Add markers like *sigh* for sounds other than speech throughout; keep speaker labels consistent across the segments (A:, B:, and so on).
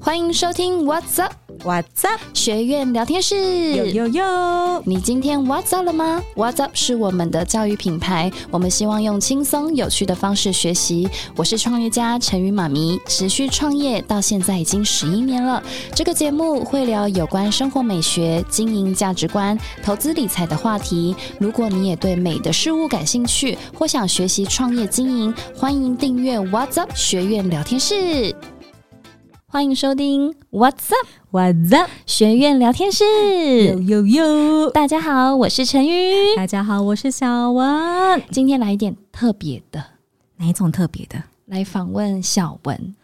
A: 欢迎收听 What's Up
B: What's up？
A: 学院聊天
B: 有
A: 室。
B: 有有，
A: 你今天 What's Up 了吗？What's Up 是我们的教育品牌，我们希望用轻松有趣的方式学习。我是创业家陈宇妈咪，持续创业到现在已经十一年了。这个节目会聊有关生活美学、经营价值观、投资理财的话题。如果你也对美的事物感兴趣，或想学习创业经营，欢迎订阅 What's Up 学院聊天室。欢迎收听 What's Up。
B: What's up？
A: 学院聊天
B: 有
A: 室。
B: 有有，
A: 大家好，我是陈瑜，
B: 大家好，我是小文。
A: 今天来一点特别的，
B: 哪一种特别的？
A: 来访问小文。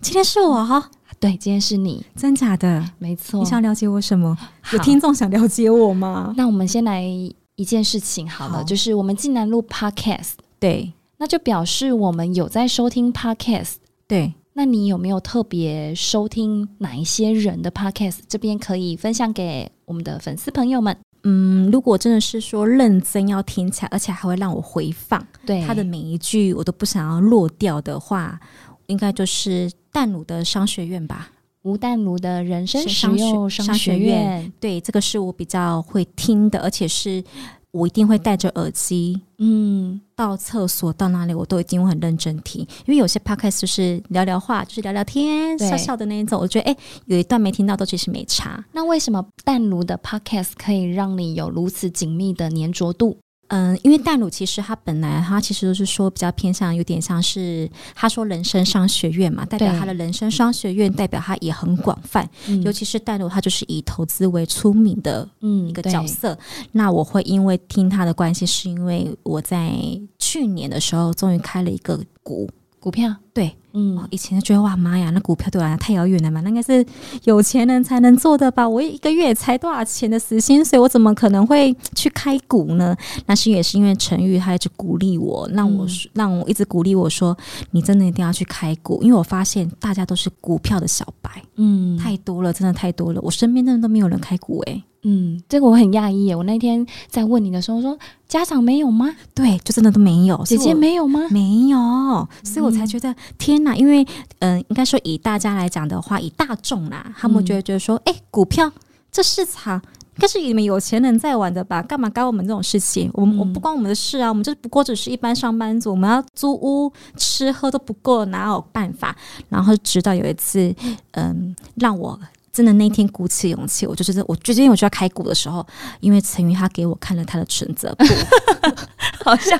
B: 今天是我哈，
A: 对，今天是你，
B: 真假的？
A: 没错
B: 你。想了解我什么？
A: 好
B: 有听众想了解我吗？
A: 那我们先来一件事情好了，
B: 好
A: 就是我们既然录 podcast，
B: 对
A: 那就表示我们有在收听 podcast。
B: 对，
A: 那你有没有特别收听哪一些人的 podcast？这边可以分享给我们的粉丝朋友们。
B: 嗯，如果真的是说认真要听起来，而且还会让我回放
A: 对，
B: 他的每一句，我都不想要落掉的话，应该就是淡鲁的商学院吧。
A: 吴淡如的人生
B: 是
A: 实
B: 商学
A: 用商
B: 商
A: 学
B: 学
A: 院，
B: 对，这个是我比较会听的，而且是我一定会戴着耳机
A: 嗯，
B: 到厕所到哪里，我都一定会很认真听。因为有些 podcast 就是聊聊话，就是聊聊天，
A: 对
B: 笑笑的那一种。我觉得哎、有一段没听到都其实没差。
A: 那为什么淡如的 podcast 可以让你有如此紧密的粘着度？
B: 嗯，因为淡鲁其实他本来他其实都是说比较偏向，有点像是他说人生商学院嘛，代表
A: 对
B: 他的人生商学院，代表他也很广泛。
A: 嗯
B: 尤其是淡鲁，他就是以投资为出名的
A: 嗯
B: 一个角，色。那我会因为听他的关系，是因为我在去年的时候终于开了一个股。
A: 对股票，
B: 对，哦
A: 嗯，
B: 以前就觉得哇妈呀，那股票对我来讲太遥远了嘛，那应该是有钱人才能做的吧？我一个月才多少钱的时薪水，我怎么可能会去开股呢？那是也是因为陈宇他一直鼓励我，让我、
A: 嗯
B: 让我一直鼓励我说，你真的一定要去开股，因为我发现大家都是股票的小白，
A: 嗯，
B: 太多了，真的太多了，我身边真的都没有人开股哎诶、
A: 嗯，这个我很讶异耶。我那天在问你的时候说，家长没有吗？
B: 对，就真的都没有，
A: 姐
B: 所以
A: 姐
B: 我
A: 没有 *laughs*
B: *laughs*
A: 吗？
B: 没有，所以我才
A: 嗯
B: 觉得、天哪！因为嗯、呃应该说以大家来讲的话，以大众啦，他们
A: 嗯
B: 就会觉得说，哎、股票这市场。应该是你们有钱人在玩的吧？干嘛干我们这种事情？我们、我
A: 嗯
B: 不关我们的事啊！我们就不过只是一般上班族，我们要租屋、吃喝都不够，哪有办法？然后直到有一次，嗯，让我真的那天鼓起勇气，我就觉得我最近我就要开股的时候，因为陈宇他给我看了他的存折簿，
A: 好像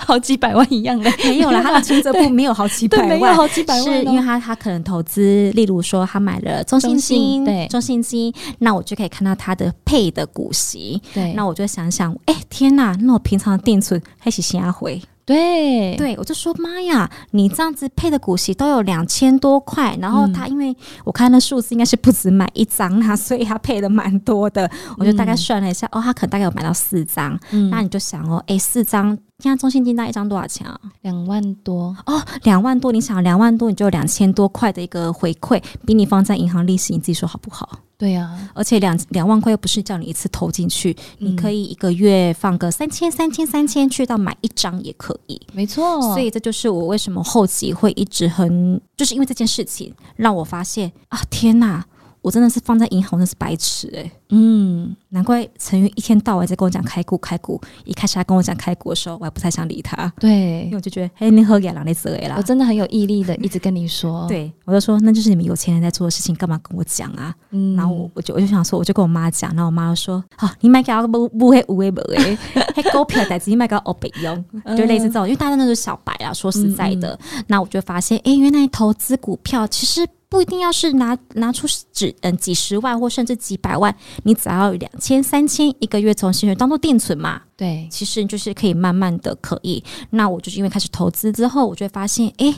A: 好几百万一样的，
B: *laughs* 没有啦，他的存折簿没有好
A: *laughs*
B: 几
A: 对，
B: 百
A: 没有
B: 万，
A: 好几百万哦，
B: 是因为他他可能投资，例如说他买了中信
A: 中信
B: 金，
A: 对
B: 中信金，那我就可以看到他的配的股息，
A: 对，
B: 那我就想想，哎、天呐，那我平常的定存还是先回，
A: 对
B: 对我就说妈呀，你这样子配的股息都有两千多块，然后
A: 嗯
B: 他因为我看那数字应该是不止买一张啦，所以他配的蛮多的，我就大概
A: 嗯
B: 算了一下，哦，他可能大概有买到四张，
A: 嗯
B: 那你就想哦，哎、四张，现在中信金那一张多少钱啊？
A: 两万多，
B: 哦，两万多，你想两万多，你就两千多块的一个回馈，比你放在银行利息，你自己说好不好？
A: 对啊，
B: 而且两两万块又不是叫你一次投进去，你可以一个月放个三千、三千、三千，去到买一张也可以。
A: 没错，
B: 所以这就是我为什么后期会一直很，就是因为这件事情让我发现啊，天哪，我真的是放在银行那是白痴诶、
A: 嗯，
B: 难怪陈宇一天到晚在跟我讲开股开股，一开始他跟我讲开股的时候，我还不太想理他，
A: 对
B: 因为我就觉得，嘿，你喝给狼类折啦
A: 我。真的很有毅力的，一直跟你说，，
B: 啊对，我就说那就是你们有钱人在做的事情，干嘛跟我讲啊？
A: 嗯
B: 然后我我就我就想说，我就跟我妈讲，然后我妈就说：“啊，你买给我不不会无为无诶，还狗票袋子你买给我北用，就类似这种，因为大家那都是小白啊啦。说实在的，那我就发现，诶，原来投资股票其实不一定要是拿拿出几嗯几十万或甚至几百万，你只要有两千三千一个月从薪水当做定存嘛，
A: 对，
B: 其实就是可以慢慢的可以。那我就是因为开始投资之后，我就会发现，诶，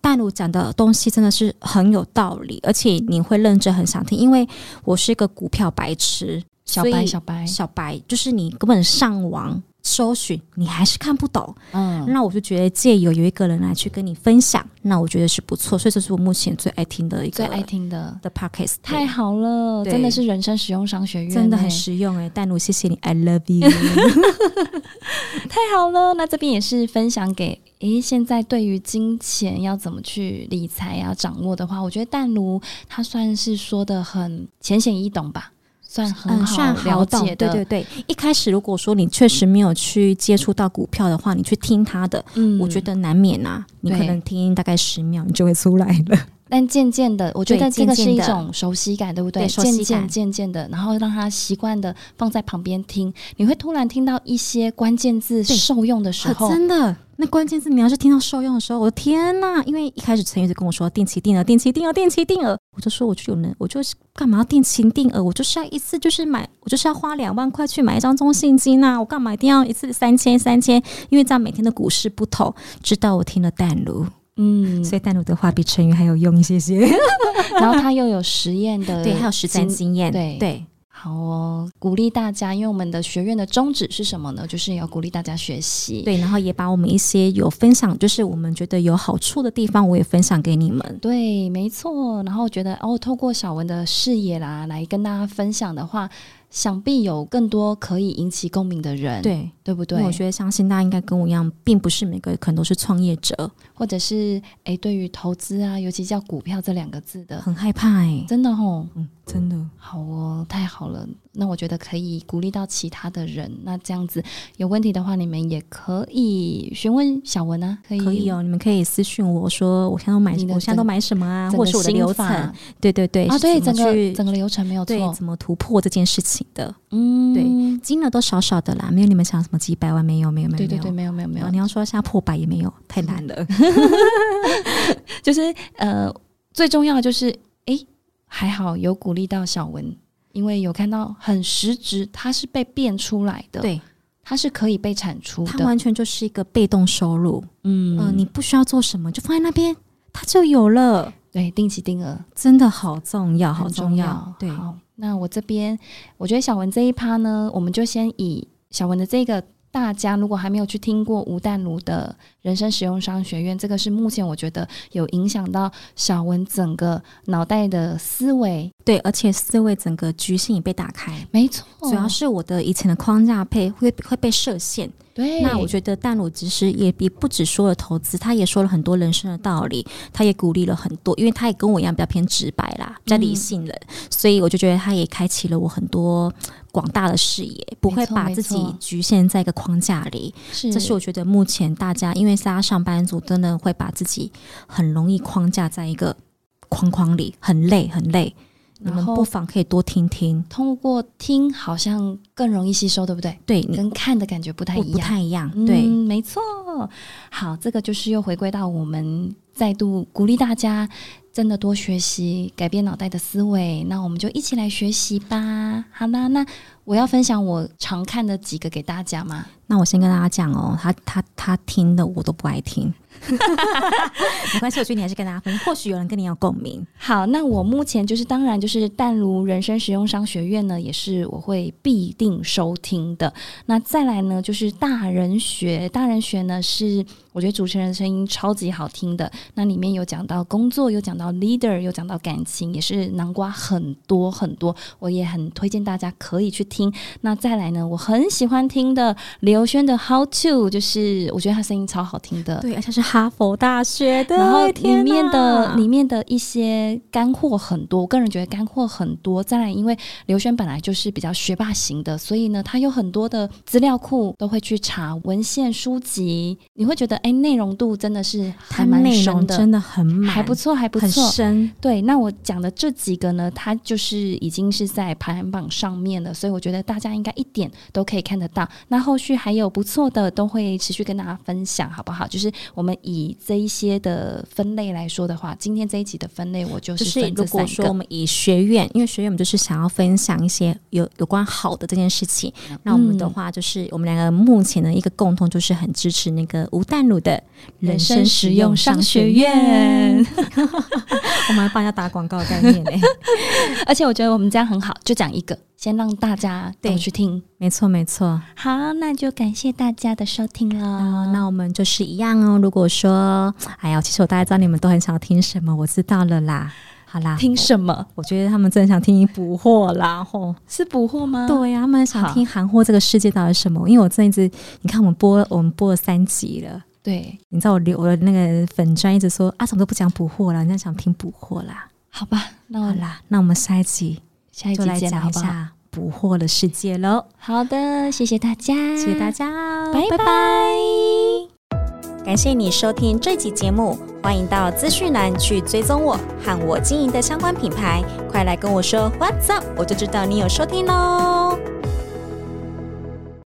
B: 淡如讲的东西真的是很有道理，而且你会认真很想听，因为我是一个股票白痴，
A: 小
B: 所
A: 白
B: 以
A: 小白，
B: 小白就是你根本上网。搜寻，你还是看不懂。
A: 嗯，
B: 那我就觉得借由有一个人来去跟你分享，那我觉得是不错。所以这是我目前最爱听的一个
A: 最爱听的，
B: 的 podcast，
A: 太好了，
B: 对
A: 真的是人生使用商学院，
B: 真的
A: 欸
B: 很实用哎、欸。淡如，谢谢你，I love you。
A: 太好了，那这边也是分享给诶，现在对于金钱要怎么去理财啊掌握的话，我觉得淡如他算是说的很浅显易懂吧，算很
B: 嗯，算
A: 好
B: 好
A: 了
B: 懂
A: 解，
B: 对
A: 的，
B: 对对。一开始如果说你确实没有去接触到股票的话，你去听他的，
A: 嗯
B: 我觉。得难免啊，你可
A: 对
B: 能听大概十秒，你就会出来
A: *laughs*
B: 了。
A: 但渐渐的，我觉
B: 对
A: 得这个
B: 渐
A: 是
B: 渐
A: 一
B: 地
A: 种熟悉感，对不对？
B: 对熟悉
A: 渐渐
B: 感
A: 渐渐的，然后让他习惯的放在旁边听，你会突然听到一些关键字
B: 对
A: 受用的时候，
B: 真的， *laughs* 那关键是你要是听到受用的时候，我的天呐！因为一开始陈宇就跟我说定期定额、定期定额、定期定额，我就说我就有能，我就是干嘛要定期定额？我就是要一次就是买，我就是要花两万块去买一张中信金啊！我干嘛一定要一次三千三千？因为这样每天的股市不同。直到我听了淡如，
A: 嗯，
B: 所以淡如的话比陈宇还有用一些些。
A: 然后他又有实验的，
B: *laughs* 对，还有实战经验，
A: 对
B: 对。
A: 好哦，鼓励大家，因为我们的学院的宗旨是什么呢？就是要鼓励大家学习。
B: 对，然后也把我们一些有分享，就是我们觉得有好处的地方，我也分享给你们。
A: 对没错。然后我觉得哦，透过小文的视野啦，来跟大家分享的话，想必有更多可以引起共鸣的人，
B: 对，
A: 对不
B: 因
A: 对
B: 为？我觉得相信大家应该跟我一样，并不是每个可能都是创业者，
A: 或者是诶，对于投资啊，尤其叫股票这两个字的，
B: 很害怕哎、
A: 真的哦，
B: 嗯，真的，
A: 好哦，太好了。那我觉得可以鼓励到其他的人。那这样子有问题的话，你们也可以询问小文啊，可以
B: 可以哦，你们可以私信我说，我现在都买，
A: 你的
B: 我现在
A: 整
B: 都买什么啊，
A: 整
B: 或
A: 个
B: 者是我的
A: 心
B: 流
A: 法
B: 程，对对对，
A: 啊，
B: 是
A: 对，
B: 怎
A: 整
B: 么
A: 个
B: 去
A: 整个流程没有
B: 对
A: 错，
B: 怎么突破这件事情的，
A: 嗯，
B: 对金额都少少的啦，没有你们想什么几百万，没有没有没有
A: 对对对，
B: 没有哦
A: 没有没有没
B: 然
A: 有
B: 后，你要说下破百也没有，太难了。
A: 就是呃，最重要的就是，诶，还好有鼓励到小文，因为有看到很实质，它是被变出来的，，
B: 对，
A: 它是可以被产出
B: 它
A: 的，
B: 完全就是一个被动收入，
A: 嗯、
B: 呃，你不需要做什么，就放在那边，它就有了。
A: 对，定期定额
B: 真的好重要，好
A: 很
B: 重
A: 要，
B: 对，
A: 好，那我这边，我觉得小文这一趴呢，我们就先以小文的这个。大家如果还没有去听过吴淡如的人生使用商学院，这个是目前我觉得有影响到小文整个脑袋的思维。
B: 对，而且思维整个局限也被打开。
A: 没错，
B: 主要是我的以前的框架配会会被设限，
A: 对。
B: 那我觉得淡鲁其实也也不只说了投资，他也说了很多人生的道理，他也鼓励了很多，因为他也跟我一样比较偏直白啦，比较理性人，所以我就觉得他也开启了我很多广大的视野，不会
A: 没错
B: 把
A: 没
B: 自己
A: 错
B: 局限在一个框架里。
A: 是
B: 这是我觉得目前大家，因为大家上班族真的会把自己很容易框架在一个框框里，很累很累。你
A: 然
B: 们
A: 后
B: 不妨可以多听听，
A: 通过听好像更容易吸收，对不对？
B: 对你
A: 跟看的感觉不太
B: 嗯不
A: 一
B: 不
A: 样。
B: 太一样，
A: 嗯
B: 对
A: 没错。好，这个就是又回归到我们再度鼓励大家，真的多学习，改变脑袋的思维。那我们就一起来学习吧。好啦，那我要分享我常看的几个给大家嘛。
B: 那我先跟大家讲哦，他他他听的我都不爱听， *laughs* 没关系，我觉得你还是跟大家分享，或许有人跟你有共鸣。
A: 好，那我目前就是当然就是淡如人生实用商学院呢，也是我会必定收听的。那再来呢，就是大人学，大人学呢是我觉得主持人的声音超级好听的，那里面有讲到工作，有讲到 leader，有讲到感情，也是南瓜很多很多，我也很推荐大家可以去听。那再来呢，我很喜欢听的刘轩的 How to，就是我觉得他声音超好听的。
B: 对，而且是哈佛大学的，
A: 然后里
B: 嗯天
A: 面的
B: 哪
A: 里面的一些干货很多，我个人觉得干货很多。再来，因为刘轩本来就是比较学霸型的，所以呢，他有很多的资料库都会去查文献书籍，你会觉得哎，内容度真的是还
B: 它
A: 蛮
B: 内
A: 深
B: 容
A: 的，
B: 真的很满，
A: 还不错，还不
B: 很
A: 错。
B: 深，
A: 对，那我讲的这几个呢，它就是已经是在排行榜上面了，所以我觉得大家应该一点都可以看得到。那后续还有不错的，都会持续跟大家分享，好不好？就是我们以这一些的分类来说的话，今天这一集的分类我就
B: 就是是
A: 分这
B: 如
A: 三
B: 果说我
A: 个。
B: 们以学院，因为学院我们就是想要分享一些有有关好的这件事情。
A: 嗯
B: 那我们的话就是我们两个目前的一个共同就是很支持那个吴淡如的
A: 人生实用商学
B: 院
A: 院， *laughs*
B: 我们还帮人家打广告的概念呢、欸
A: 而且我觉得我们这样很好，就讲一个，先让大家都
B: 对
A: 去听。
B: 没错没错。
A: 好，那就感谢大家的收听
B: 啊、
A: 了。
B: 那我们就是一样哦。如果说，哎呀，其实我大概知道你们都很想听什么，我知道了啦。好啦，
A: 听什么？
B: 我觉得他们真的想听补货啦，吼。
A: 是捕获吗？
B: 对呀、他们想
A: 好
B: 听韩货这个世界到底是什么？因为我这一直，你看我们播我们播了三集了，
A: 对，
B: 你知道我留了那个粉砖一直说啊，怎么都不讲补货啦，人家想听补货啦。
A: 好吧，那
B: 好
A: 我
B: 啦，那我们下一集
A: 下一
B: 就
A: 集
B: 来
A: 见吧，
B: 讲
A: 好
B: 一
A: 不好？
B: 下补货的世界喽。
A: 好的，谢谢大家，
B: 谢谢大家，
A: 拜
B: 拜拜。感谢你收听这期节目，欢迎到资讯栏去追踪我和我经营的相关品牌，快来跟我说 What's up，我就知道你有收听喽。